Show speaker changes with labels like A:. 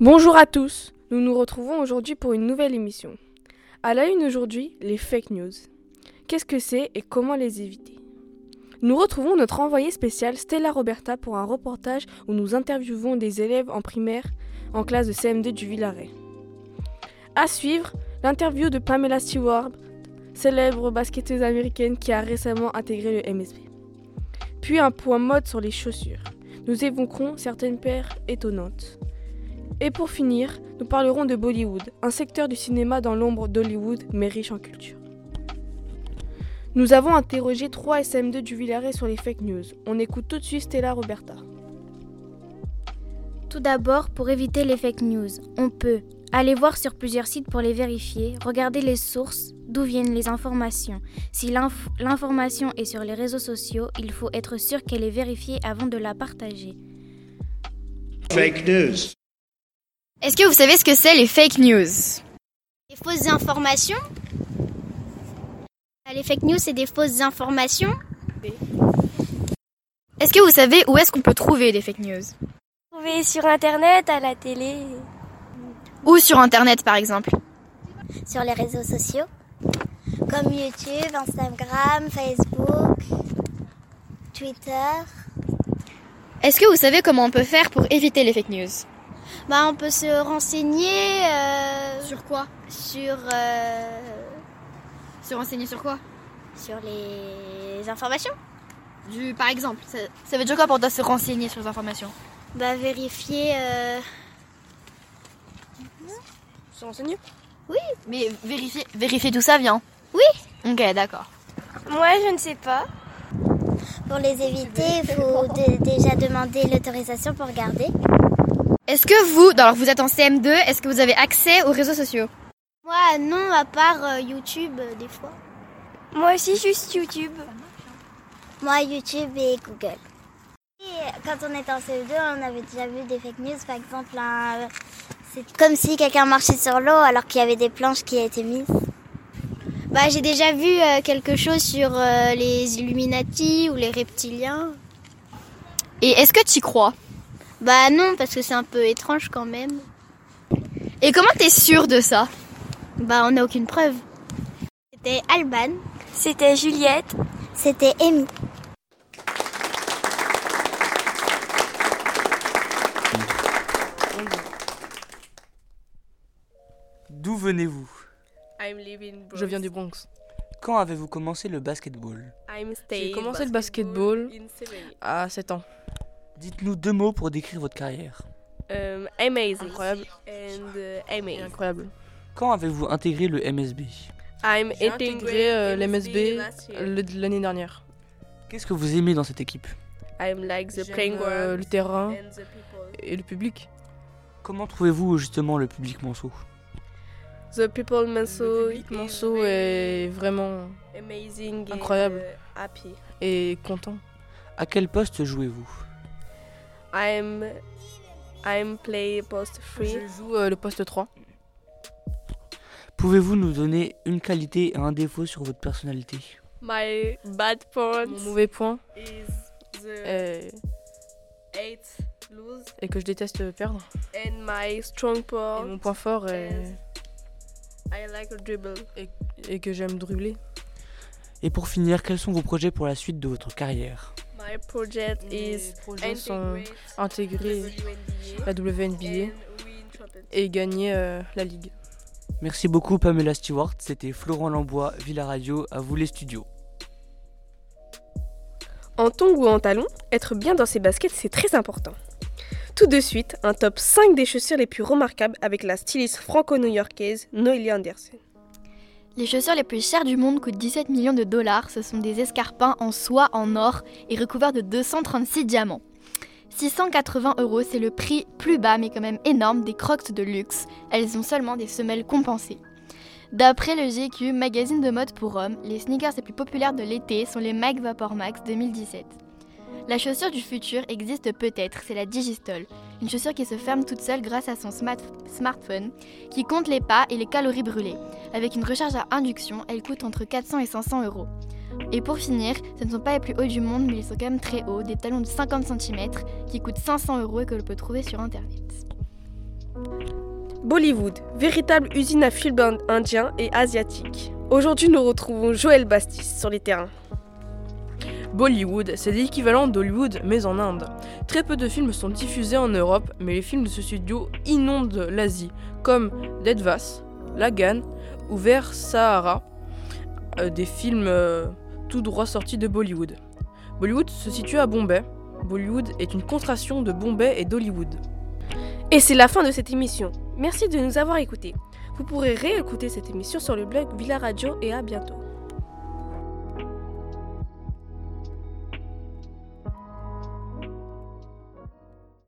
A: Bonjour à tous, nous nous retrouvons aujourd'hui pour une nouvelle émission. À la une aujourd'hui, les fake news. Qu'est-ce que c'est et comment les éviter Nous retrouvons notre envoyée spéciale Stella Roberta pour un reportage où nous interviewons des élèves en primaire en classe de CM2 du Villaret. À suivre, l'interview de Pamela Stewart, célèbre basketteuse américaine qui a récemment intégré le MSB. Puis un point mode sur les chaussures. Nous évoquerons certaines paires étonnantes. Et pour finir, nous parlerons de Bollywood, un secteur du cinéma dans l'ombre d'Hollywood mais riche en culture. Nous avons interrogé trois SM2 du Villaret sur les fake news. On écoute tout de suite Stella Roberta.
B: Tout d'abord, pour éviter les fake news, on peut aller voir sur plusieurs sites pour les vérifier, regarder les sources, d'où viennent les informations. Si l'inf- l'information est sur les réseaux sociaux, il faut être sûr qu'elle est vérifiée avant de la partager.
C: Fake news.
D: Est-ce que vous savez ce que c'est les fake news
E: Des fausses informations Bah, Les fake news, c'est des fausses informations
D: Est-ce que vous savez où est-ce qu'on peut trouver des fake news
F: Trouver sur internet, à la télé,
D: Ou sur internet par exemple
F: sur les réseaux sociaux, comme YouTube, Instagram, Facebook, Twitter.
D: Est-ce que vous savez comment on peut faire pour éviter les fake news
E: Bah, on peut se renseigner euh,
D: Sur quoi
E: sur euh,
D: Se renseigner sur quoi
E: sur les informations.
D: du, Par exemple, ça, ça veut dire quoi pour toi se renseigner sur les informations
E: Bah, vérifier. euh,
A: Se renseigner
D: Mais vérifier, vérifier tout ça vient Oui Ok, d'accord.
F: Moi, je ne sais pas. Pour les éviter, il faut de- déjà demander l'autorisation pour regarder.
D: Est-ce que vous, alors vous êtes en CM2, est-ce que vous avez accès aux réseaux sociaux
E: Moi, non, à part euh, YouTube, euh, des fois.
F: Moi aussi, juste YouTube. Moi, YouTube et Google. quand on était en CE2, on avait déjà vu des fake news. Par exemple, un- c'est comme si quelqu'un marchait sur l'eau alors qu'il y avait des planches qui étaient mises.
E: Bah, j'ai déjà vu euh, quelque chose sur euh, les Illuminati ou les reptiliens.
D: Et est-ce que tu y crois
E: Bah, non, parce que c'est un peu étrange quand même.
D: Et comment t'es sûr de ça
E: Bah, on n'a aucune preuve. C'était Alban.
F: C'était Juliette. C'était Amy.
G: D'où venez-vous
A: Je viens du Bronx.
G: Quand avez-vous commencé le basketball
A: J'ai commencé le basketball à 7 ans.
G: Dites-nous deux mots pour décrire votre carrière.
H: Um, amazing.
A: Incroyable.
H: And uh, amazing.
A: Incroyable.
G: Quand avez-vous intégré le MSB
H: I'm
A: J'ai intégré euh, l'MSB
H: last year.
A: le- l'année dernière.
G: Qu'est-ce que vous aimez dans cette équipe
H: I'm like the
A: J'aime,
H: playing
A: euh,
H: world
A: le terrain
H: and the people.
A: et le public.
G: Comment trouvez-vous justement le public monceau
H: The people Manso,
A: le public Monceau est vraiment
H: amazing. and,
A: Incroyable.
H: uh, happy.
A: et content.
G: À quel poste jouez-vous
H: I'm I'm play post free.
A: Je joue euh, le poste 3.
G: Pouvez-vous nous donner une qualité et un défaut sur votre personnalité
H: My bad point
A: Mon mauvais Euh. point
H: is the
A: est,
H: eight lose
A: est que je déteste perdre.
H: and my strong
A: Et
H: point
A: mon point fort est,
H: is I like dribble.
A: est que j'aime dribbler.
G: Et pour finir, quels sont vos projets pour la suite de votre carrière
H: My project
A: Mes
H: is
A: projets sont
H: integrate
A: intégrer
H: WNBA
A: la WNBA
H: and win trophy.
A: et gagner euh, la ligue.
G: Merci beaucoup Pamela Stewart, c'était Florent Lambois, Villa Radio, à vous les studios.
H: En tongs ou en talons, être bien dans ses baskets, c'est très important. Tout de suite, un top 5 des chaussures les plus remarquables avec la styliste franco-new-yorkaise Noelia Anderson.
D: Les chaussures les plus chères du monde coûtent 17 millions de dollars. Ce sont des escarpins en soie, en or et recouverts de 236 diamants. 680 euros, c'est le prix plus bas mais quand même énorme des crocs de luxe. Elles ont seulement des semelles compensées. D'après le GQ, magazine de mode pour hommes, les sneakers les plus populaires de l'été sont les Mac Vapor Max 2017. La chaussure du futur existe peut-être, c'est la Digistol, une chaussure qui se ferme toute seule grâce à son smart- smartphone, qui compte les pas et les calories brûlées. Avec une recharge à induction, elle coûte entre 400 et 500 euros. Et pour finir, ce ne sont pas les plus hauts du monde, mais ils sont quand même très hauts, des talons de 50 cm qui coûtent 500 euros et que l'on peut trouver sur internet.
I: Bollywood, véritable usine à films ind- indiens et asiatiques. Aujourd'hui, nous retrouvons Joël Bastis sur les terrains.
A: Bollywood, c'est l'équivalent d'Hollywood mais en Inde. Très peu de films sont diffusés en Europe, mais les films de ce studio inondent l'Asie, comme Deadvas, Lagan ou Vers Sahara, euh, des films euh, tout droit sortis de Bollywood. Bollywood se situe à Bombay. Bollywood est une contraction de Bombay et d'Hollywood.
I: Et c'est la fin de cette émission. Merci de nous avoir écoutés. Vous pourrez réécouter cette émission sur le blog Villa Radio et à bientôt.